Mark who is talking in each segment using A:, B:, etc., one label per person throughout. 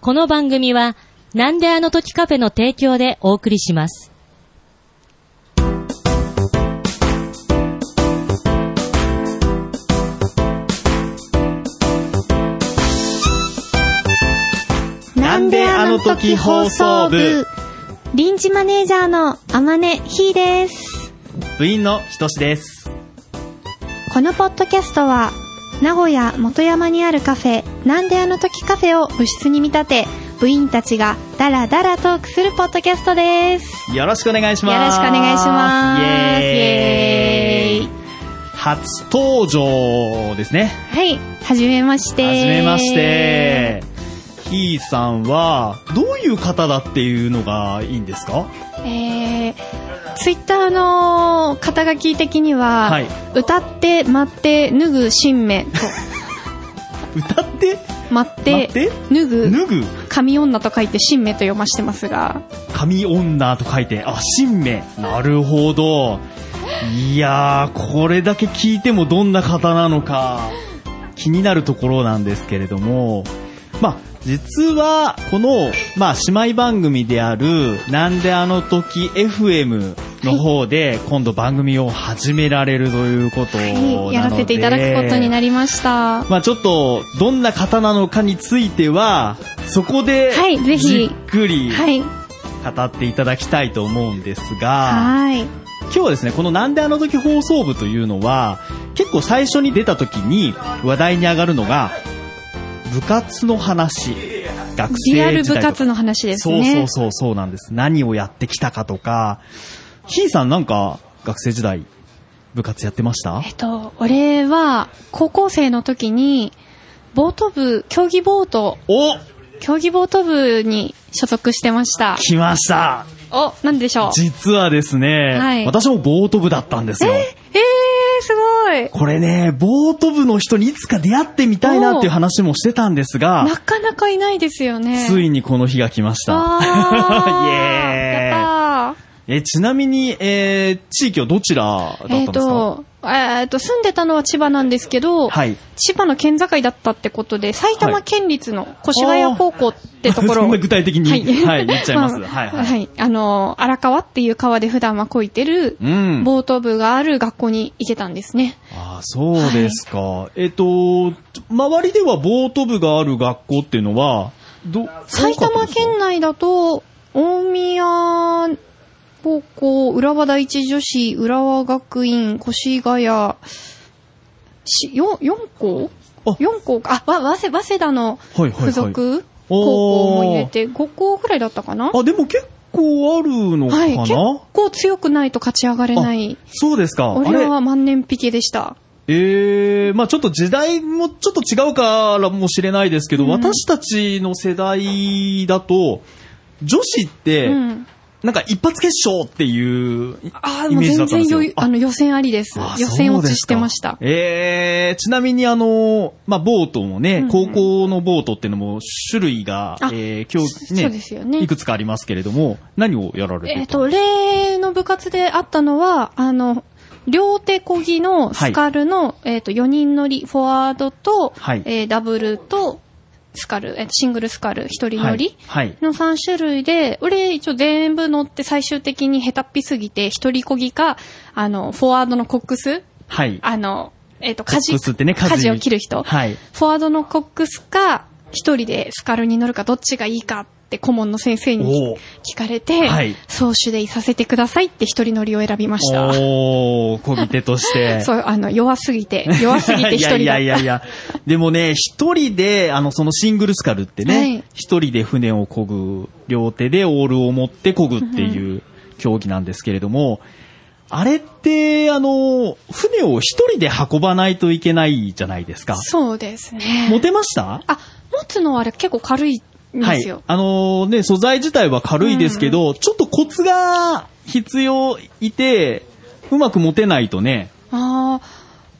A: この番組は、なんであの時カフェの提供でお送りします。
B: なんであの時放送部
C: 臨時マネージャーの天音ひーです
B: 部員のひとしです。
C: このポッドキャストは名古屋元山にあるカフェなんであの時カフェを部室に見立て部員たちがダラダラトークするポッドキャストです
B: よろしくお願いします。
C: よろしくお願いします
B: イエーイ。
C: イエーイ
B: 初登場ですね。
C: はいはじめまして
B: はじめまして。ひーさんは、どういう方だっていうのがいいんですか
C: えー、ツイッターの肩書き的には、
B: はい
C: 歌って待って脱ぐ新名と
B: 歌って、
C: 待って
B: 待って
C: 脱ぐ
B: 脱ぐ、
C: 神女と書いて新名と読ましてますが
B: 神女と書いて、あ、新名。なるほど。いやー、これだけ聞いてもどんな方なのか、気になるところなんですけれども、まあ、実は、この、まあ、姉妹番組である、なんであの時 FM の方で、今度番組を始められるということなので、
C: はい、やらせていただくことになりました。
B: まあちょっと、どんな方なのかについては、そこで、
C: はいぜひ
B: じっくり、
C: はい。
B: 語っていただきたいと思うんですが、
C: はい。
B: 今日はですね、このなんであの時放送部というのは、結構最初に出た時に話題に上がるのが、部活の話。学生時代とか
C: リアル部活の話ですね。
B: そうそうそうそうなんです。何をやってきたかとか、ひーさんなんか学生時代部活やってました
C: えっと、俺は、高校生の時に、ボート部、競技ボート、
B: お
C: 競技ボート部に所属してました。
B: 来ました
C: お、なんでしょう
B: 実はですね、
C: はい
B: 私もボート部だったんですよ。
C: えー、すごい
B: これね、ボート部の人にいつか出会ってみたいなっていう話もしてたんですが、
C: なかなかいないですよね。
B: つ
C: に
B: いにこの日が来ました。
C: あ
B: イ
C: ー。
B: エーイ
C: やったー。
B: え、ちなみに、えー、地域はどちらだったん
C: え
B: で
C: っ
B: すか、
C: と、えーっと、住んでたのは千葉なんですけど、
B: はい。
C: 千葉の県境だったってことで、埼玉県立の越谷高校ってところ。
B: そんな具体的に、はい、言っちゃ います。
C: あ
B: はい、
C: は、
B: はいい。
C: あの、荒川っていう川で普段はこいてる、
B: うん。
C: ボート部がある学校に行けたんですね。
B: あーそうですか。えっ、と、周りではボート部がある学校っていうのは、ど、
C: 埼
B: 多か
C: 玉
B: ったですか
C: 県内だと、大宮高校、浦和第一女子、浦和学院、越谷、し、よ、4校
B: あ
C: ?4 校か。あ、わ、早稲早稲田の
B: はいはいは
C: 付
B: い
C: 属高校も入れて、5校ぐらいだったかな
B: あ、でも結構あるのか
C: はい、
B: な、
C: 結構強くないと勝ち上がれない。
B: そうですか。あ
C: 俺
B: れ
C: は万年ピケでした。
B: ええまあちょっと時代もちょっと違うからもしれないですけど、私たちの世代だと、女子って、
C: うん。
B: なんか一発決勝っていうイ
C: ああ、
B: イ
C: もう
B: メージ
C: 全
B: だったんで
C: 然
B: すよ
C: よい、
B: あ
C: あの予選ありです
B: あ。
C: 予選
B: そう
C: 落
B: です
C: ち
B: か
C: してました。
B: ええちなみにあの、まあ、ボートもね、
C: うんうん
B: 高校のボートっていうのも種類が、
C: あ
B: えー、今日
C: そう
B: ね
C: ですよね
B: いくつかありますけれども、何をやられてた
C: えっ、と、例の部活であったのは、あの、両手漕ぎのスカルの、えっ、と、4人乗り、フォワードと、
B: はい
C: えーダブルと、スカル、えーとシングルスカル、1人乗り
B: はい。はい。
C: の3種類で、俺一応全部乗って最終的に下手っぴすぎて、1人漕ぎか、あの、フォワードのコックス、
B: はい。
C: あの、えっ、と、
B: コッ
C: 舵
B: クスってね、舵
C: 舵を切る人、
B: はい。
C: フォワードのコックスか、一人でスカルに乗るかどっちがいいかって顧問の先生
B: お
C: に聞
B: ー
C: かれて、
B: はい
C: 総主でいさせてくださいって一人乗りを選びました。
B: おー、こぎ手とし て。
C: そう、あの、弱すぎて、弱すぎて一人だった。
B: いやいやいやいや。でもね、一人で、あの、そのシングルスカルって
C: は
B: ね
C: い、
B: 一、人で船を漕ぐ、両手でオールを持って漕ぐっていう競技なんですけれども、あれって、あの、船を一人で運ばないといけないじゃないですか。
C: そうです
B: 持
C: ね。
B: てました
C: あ、持つのはあれ結構軽いん
B: は
C: です
B: い
C: よ。。
B: あのね、素材自体は軽いですけど、ちょっとコツが必要いて、うまく持てないとね、
C: ああ、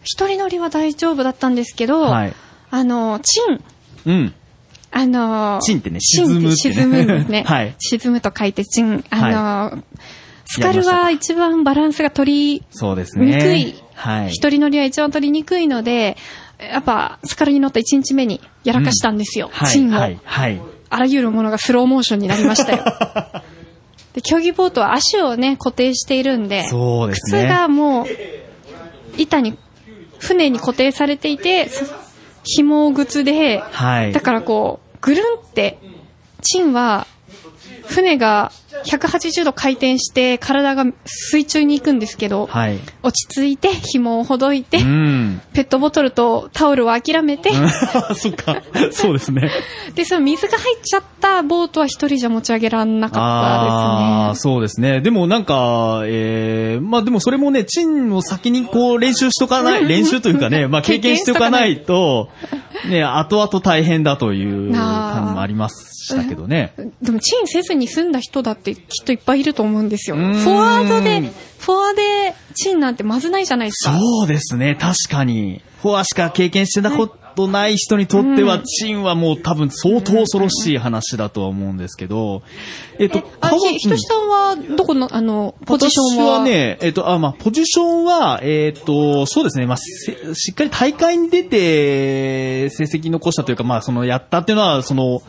C: 一人乗りは大丈夫だったんですけど、
B: はい
C: あの、チン、
B: うん。
C: あのー、
B: チンってね
C: チン
B: 沈むってね
C: 沈むんですね。
B: はい
C: 沈むと書いてチン。あのースカル
B: やりま
C: は一番バランスが取り、
B: そうですね。
C: 憎い
B: はい。
C: 一人乗りは一番取りにくいので、やっぱ、スカルに乗った一日目にやらかしたんですよ。
B: はい
C: チンを。
B: はい。はい。
C: あらゆるものがスローモーションになりましたよ。で競技ボートは足をね、固定しているんで、
B: そうですね
C: 靴がもう、板に、船に固定されていて、そ紐を靴で、
B: はい
C: だからこう、ぐるんって、チンは、船が180度回転して体が水中に行くんですけど、
B: はい。
C: 落ち着いて紐をほどいて、
B: うん。
C: ペットボトルとタオルを諦めて、
B: そっか。そうで すね。
C: で、その水が入っちゃったボートは一人じゃ持ち上げらんなかったで
B: ああー、
C: すね。
B: そうですね。でもなんか、ええまあでもそれもね、チンを先にこう練習しとかない、練習というか ね、まあ経験しておかないと、ね、後々大変だという感じもありましたけどね。
C: でもチンせずに済んだ人だってきっといっぱいいると思うんですよ。
B: う
C: フ
B: ーん
C: ォワードで、フォワードでチンなんてまずないじゃないですか。
B: そうですね、確かに。フォアしか経験してたことない人にとっては、チンはもう多分相当恐ろしい話だとは思うんですけど、えっと、
C: あ
B: 川
C: ひひとしさんは、どこの、あの、ポジションは
B: 私はね、えっと、あ、まあ、ポジションは、えっと、そうですね、まあ、せしっかり大会に出て、成績残したというか、まあ、その、やったっていうのは、その、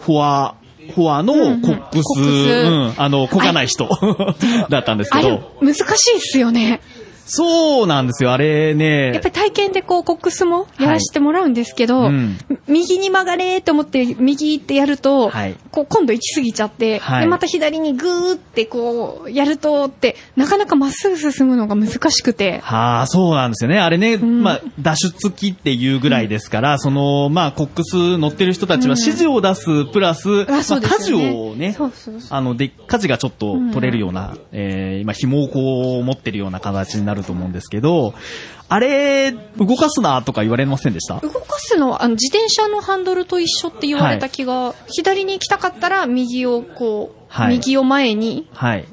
B: フォア、フォアのコックス、
C: コックス
B: うん、あの、こがない人 だったんです
C: あ
B: け
C: れ
B: ど、、
C: 難しいっすよね。
B: そうなんですよ、あれね
C: やっ、ぱり体験でこう、コックスもやらせてもらうんですけど、
B: はいうん
C: 右に曲がれと思って、右ってやると、
B: はい
C: こう今度行き過ぎちゃって、
B: はい
C: でまた左にグーってこう、やるとって、なかなかまっすぐ進むのが難しくて、
B: はあ、そうなんですよね。あれね、
C: ん
B: まあ、脱出機っていうぐらいですから、その、まあ、コックス乗ってる人たちは指示を出す、プラス、まあ、
C: そうで
B: 舵
C: すよね
B: をね
C: そうそう、そ
B: あの、で、舵がちょっと取れるような、えー今、紐をこう、持ってるような形になると思うんですけど、あれ、動かすなとか言われませんでした
C: 動かすのは、あの、自転車のハンドルと一緒って言われた気が、左に行きたかったら、右をこう、
B: はい
C: 右を前に、
B: はい。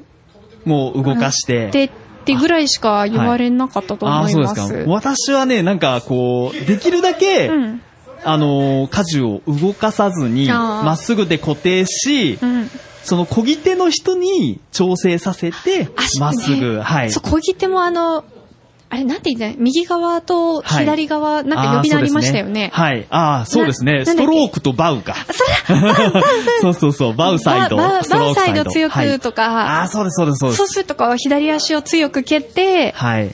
B: もう動かして。
C: で、ってぐらいしか言われなかったと
B: ああ、
C: 思い
B: そうで
C: ますす。
B: か。私はね、なんかこう、できるだけ、
C: うん。
B: あのー、舵を動かさずに、
C: あー
B: まっすぐで固定し、
C: うん。
B: その漕ぎ手の人に調整させて
C: 足、ね
B: まっすぐ、はい。
C: そう、小切手もあの、あれ、なんて言うんだい右側と
B: はい
C: 左側、なんか呼び名ありましたよね。
B: あーそうですはい。あ
C: ななん
B: あ、そうですね。ス
C: だっけ
B: トロークとバウか。 そうそうそう、バウサイド。
C: バババウ
B: ストローク
C: サイド強く
B: はい
C: とか
B: ああ、そうです、そうです、そうです
C: そう。するとこう、左足を強く蹴って、
B: はい。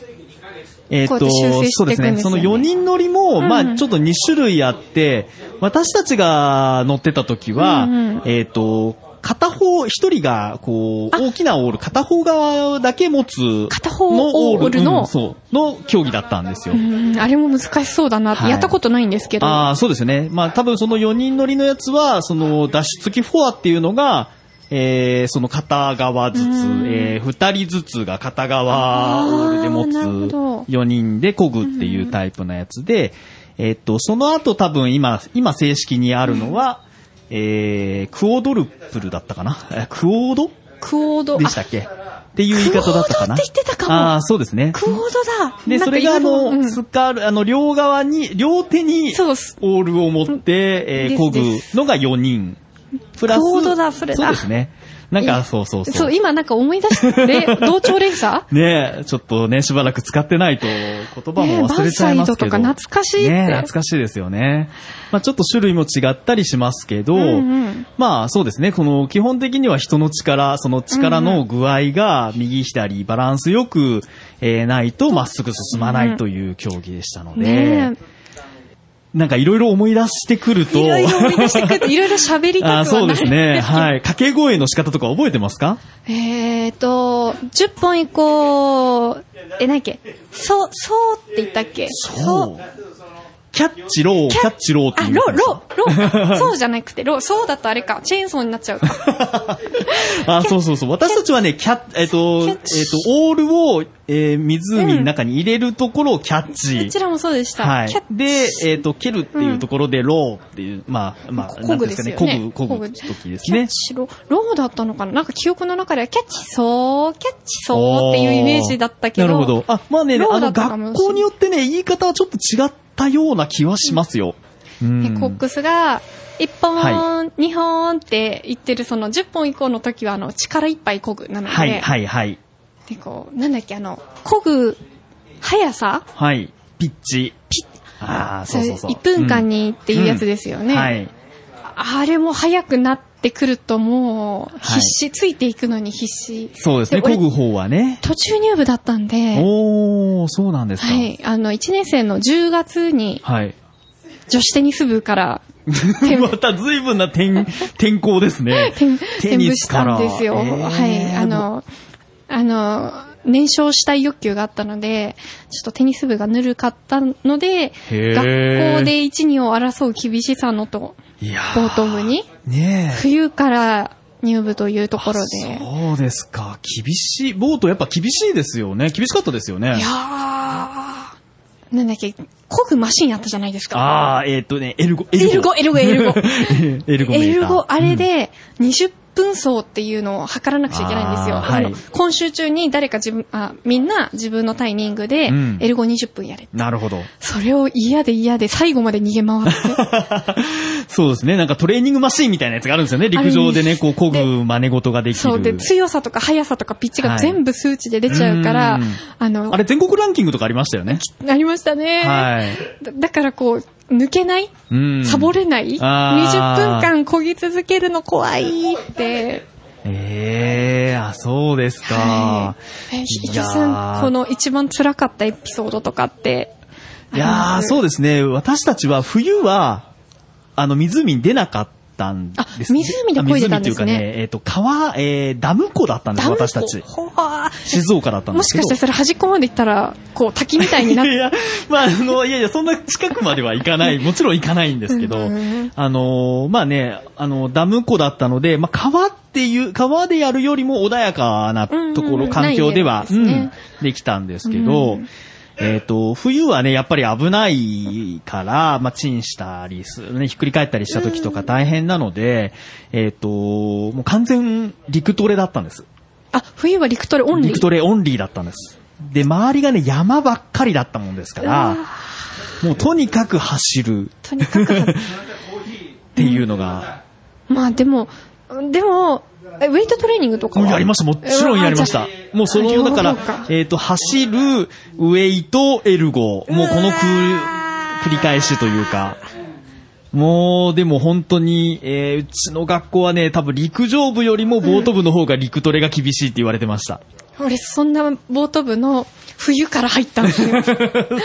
B: えっ
C: こうやって修正していく
B: そうん
C: で
B: ですす
C: よね
B: ね。その4人乗りも、
C: うん
B: まあちょっと2種類あって、私たちが乗ってた時は、
C: うんうん
B: えっ、と、片方、1人が、こう、
C: あ
B: 大きなオール、片方側だけ持つ、
C: 片方オールの
B: うんそう、の競技だったんですよ。
C: うん、あれも難しそうだなって、
B: はい
C: やったことないんですけど。
B: ああ、そうですね。まあ、多分その4人乗りのやつは、その脱出機フォアっていうのが、えー、その片側ずつ、
C: うん
B: えー、2人ずつが片側オールで持
C: あーなるほど
B: つ4人で漕ぐっていうタイプのやつで、えっと、その後多分今、今正式にあるのは、えー、クオドルプルだったかなえークオード
C: クオード。
B: でした
C: あ
B: っけっていう言い方だったかな
C: クオードって言ってたかも
B: ああ、そうですね。
C: クオードだ。
B: で、
C: なん
B: そ
C: か
B: れ
C: いろ
B: があ
C: いろう
B: の、
C: ん
B: スカール、あの、両側に、両手に、
C: そうっす
B: オールを持って、え
C: です
B: ー、こぐのが4人。プラス、
C: コードだそれだ
B: そうですね。なん
C: い
B: か、そうそう
C: そ、
B: そうう。
C: 今なんか思い出して、 で同調連鎖
B: ねえ、ちょっとね、しばらく使ってないと、言葉も忘れちゃいますけど。
C: ねえバンサイドとか懐かしいって
B: ねえ懐かしいですよね。まあちょっと種類も違ったりしますけど、
C: うんうん
B: まあそうですね、この基本的には人の力、その力の具合が右左バランスよく、えーないとまっすぐ進まないという競技でしたので、
C: ねえ
B: なんかいろいろ思い出してくると、
C: いろいろ思い出してくる。いろいろ喋りたくはな
B: あ
C: い。
B: ーそうですね、はい。掛け声の仕方とか覚えてますか
C: えーと、10本行こう、え、何っけそう、そうって言ったっけ
B: そう。キャッチロー、キャッチローって
C: あ、
B: いう。
C: ロ、ロ、ロ、そうじゃなくて、ロ、そうだとあれか、チェーンソーになっちゃうか。
B: あ、そうそうそう。私たちはね、キャッ、えっ、と、
C: キャ
B: えっ、
C: ッ
B: と
C: チ、
B: オールを、えー湖の中に入れるところをキャッチ。
C: こちらもそうでした。
B: はい
C: キャッ。
B: で、えっ、と、蹴るっていうところで、ローっていう、まあ、まあ、
C: 工具ですよね。
B: なんていうんですかね、こぐ、こ
C: 工
B: ぐ
C: 具
B: 時です
C: キャッ
B: ね。
C: チロ、ローだったのかななんか記憶の中ではキャッチそう、キャッチそうっていうイメージだったけど。
B: なるほど。あ、まあね、
C: ロー
B: あ
C: だっ
B: の、
C: たかもしれない
B: 学校によってね、言い方はちょっと違ったような気はしますよ。うん
C: で、コックスが、1
B: は
C: 本、2本って言ってる、その10本以降の時は、あの、力いっぱいこぐなので、
B: はい、はい、はい。
C: で、こう、なんだっけ、あの、こぐ、速さ
B: はい。ピッチ。ピッああ、そうそうそう。
C: 1分間にっていうやつですよね。
B: うんはい。
C: あれも早くなってくるともう、必死、ついていくのに必死。
B: そうですね、
C: で俺
B: こぐ方はね。
C: 途中入部だったんで、
B: おー、そうなんですか。
C: は。い、あの、1年生の10月に
B: はい。
C: 女子テニス部から、
B: また随分な転、 転校ですね。
C: 転
B: テ
C: 転
B: ニ
C: 部
B: ス
C: し
B: か
C: た
B: ら
C: んですよ。
B: えー
C: はい。あの、あの、燃焼したい欲求があったので、ちょっとテニス部がぬるかったので、
B: へー
C: 学校で1、2を争う厳しさのと、
B: いやー
C: ボート部に、
B: ねえ。
C: 冬から入部というところで。
B: そうですか。厳しい。ボートやっぱ厳しいですよね。厳しかったですよね
C: いや。ー、なんだっけ、漕ぐマシンあったじゃないですか。
B: あー、えーっとね、エルゴ、エ
C: エルゴ、エルゴ、エルゴ。
B: エルゴメーター。
C: エルゴ、あれで、20分走っていうのを測らなくちゃいけないんですよ。
B: あーはい
C: あの今週中に誰か自分、あ、みんな自分のタイミングで
B: うん、
C: エルゴ20分やれ。
B: なるほど。
C: それを嫌で嫌で最後まで逃げ回って。
B: そうですね。なんかトレーニングマシーンみたいなやつがあるんですよね。陸上でね、こう、漕ぐ真似事ができる。
C: そう で、強さとか速さとかピッチが全部数値で出ちゃうから、
B: はいうん
C: あの、
B: あれ全国ランキングとかありましたよね。
C: なりましたね。
B: はい。
C: だだからこう、抜けない
B: うん。
C: サボれない、
B: あ
C: ?20
B: ー
C: 分間漕ぎ続けるの怖いって。
B: ええあ、そうですか
C: は。い。え、ひ
B: い
C: き
B: やー
C: さん、この一番辛かったエピソードとかってあ
B: い
C: り
B: や
C: ま
B: ー
C: す。
B: そうですね。私たちは冬は、あの、湖に出なかったんです
C: あ湖で漕いでたんですね
B: あ湖っていうかね、えっ、と、川、えー、ダム湖だったんです、
C: ダム湖
B: 私たち。
C: ほわー
B: 静岡だったんで
C: も
B: す
C: し
B: け
C: か
B: ど。
C: してそれ端っこまで行ったら、こう滝みたいにな っ
B: いや、まあ、あの、いやいや、そんな近くまでは行かない、もちろん行かないんですけど、あの、まあね、あの、ダム湖だったので、まあ、川っていう、川でやるよりも穏やかなと
C: う
B: こ
C: んうんう
B: ろ、
C: ん
B: 環境で
C: な
B: は、
C: いですね
B: うんできたんですけど、えっ、と、冬はね、やっぱり危ないから、まあ、チンしたりするね、ひっくり返ったりした時とか大変なので、えっ、と、もう完全陸トレだったんです。
C: あ、冬は陸トレオンリー。
B: 陸トレオンリーだったんです。で、周りがね、山ばっかりだったもんですか
C: うわ
B: ら、もうとにかく走る
C: ーとにかく。
B: っていうのが、
C: まあでも、でも、えウェイトトレーニングとかは
B: やりました。もちろんやりました
C: うわーじゃ。あ
B: もうそ
C: あ
B: の、だか
C: 両方
B: ら
C: か、
B: えっ、と、走る、ウェイト、エルゴ。もうこのく繰り返しというか。もう、でも本当に、えーうちの学校はね、多分陸上部よりもボート部の方が陸トレが厳しいって言われてました。
C: 俺、そんなボート部の冬から入ったんですよ。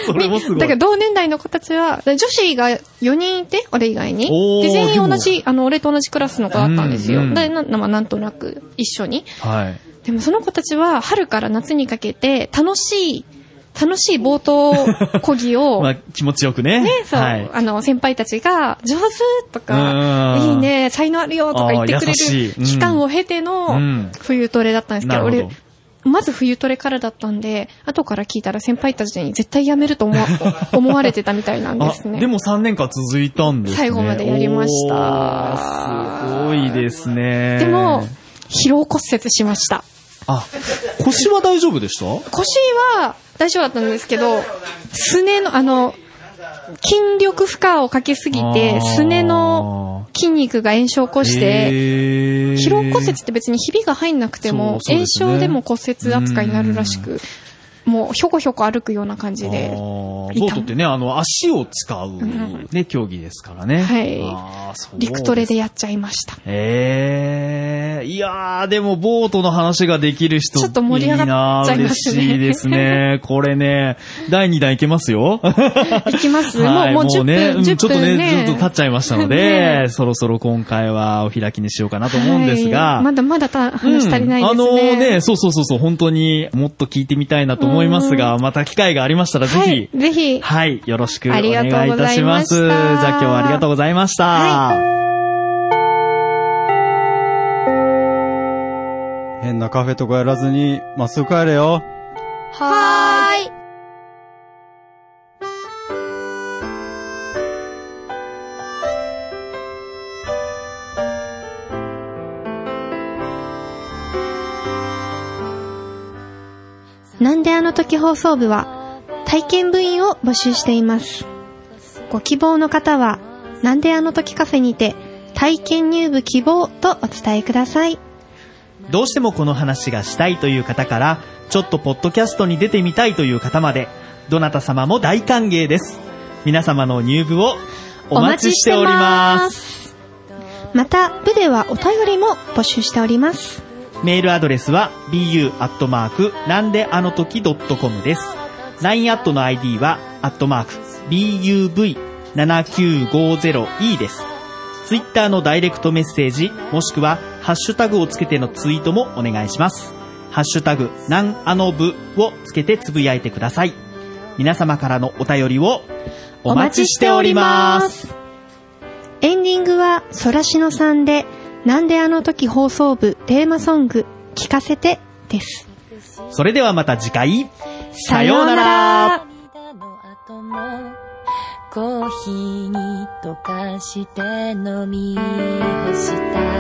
B: それもすごい。
C: だから同年代の子たちは、女子が4人いて、俺以外に。
B: おー
C: で、全員同じ、あの、俺と同じクラスの子だったんです
B: う
C: よ。
B: んうん
C: で、な、まあ、なんとなく一緒に。
B: はい。
C: でもその子たちは、春から夏にかけて、楽しい、楽しい冒頭漕ぎを、
B: まあ、気持ちよくね。
C: ね、そう、
B: はい。
C: あの、先輩たちが、上手と
B: う
C: か、
B: ん
C: いいね、才能あるよとか言ってくれ
B: あー優
C: る
B: しいうん
C: 期間を経て
B: う
C: の
B: ん、
C: 冬トレだったんですけど、
B: なる
C: 俺
B: ほど、
C: まず冬トレからだったんで、後から聞いたら先輩たちに絶対やめると思わ 思われてたみたいなんですね。
B: あでも3年間続いたんですね。
C: 最後までやりました
B: おーすごいですね。
C: でも、疲労骨折しました。
B: あ、腰は大丈夫でした
C: 腰は大丈夫だったんですけど、すねの、あの、筋力負荷をかけすぎ
B: あ
C: て、
B: ー
C: すねの筋肉が炎症を起こして、
B: へー
C: 疲労骨折って別にひびが入んなくても、
B: そうそう
C: 炎
B: ですね
C: 症でも骨折扱いになるらしく、もうひょこひょこ歩くような感じで
B: あー。ボ
C: 痛む
B: ートってね、あの、足を使う、ね、競技ですからね。
C: はい
B: あーそうです
C: 陸トレでやっちゃいました。
B: ええいやー、でも、ボートの話ができる人、
C: ちょっと盛り上がっちゃいますね
B: いいな嬉しいですね。これね、第2弾いけますよ。
C: いきますもう、
B: はい
C: もう10
B: ね、
C: 分、
B: うん
C: 10
B: ちょっと
C: 分
B: ね、
C: ね。
B: ずっと経っちゃいましたの
C: ね
B: で、そろそろ今回はお開きにしようかなと思うんですが。
C: はいまだまだた話足りないですね。
B: うんあのね、そうそうそうそう、本当にもっと聞いてみたいなと思いますが、また機会がありましたらぜ
C: は
B: ひ
C: い、、ぜひ。
B: はい、よろしくお願いい
C: ありがとうご
B: た
C: ざい
B: し
C: ま
B: ま
C: し
B: す。
C: た
B: じゃあ今日はありがとうございました。
D: 変なカフェとかやらずに、まっすぐ帰れよ。
C: はーい。なんであの時放送部は体験部員を募集しています。ご希望の方は、なんであの時カフェにて体験入部希望とお伝えください。
B: どうしてもこの話がしたいという方から、ちょっとポッドキャストに出てみたいという方まで、どなた様も大歓迎です。皆様の入部をお待ちしております。
C: す。また部ではお便りも募集しております
B: メールアドレスは bu アットマークなんであの時 .com です。LINE アットの ID はアットマーク buv7950e です。ツイッターのダイレクトメッセージもしくはハッシュタグをつけてのツイートもお願いします。ハッシュタグなんあの部をつけてつぶやいてください。皆様からのお便りをお待ちしております。
C: エンディングはそらしのさんでなんであの時放送部テーマソング聞かせてです
B: それではまた次回、
C: さようなら
E: 涙の後もコーヒーに溶かして飲み干した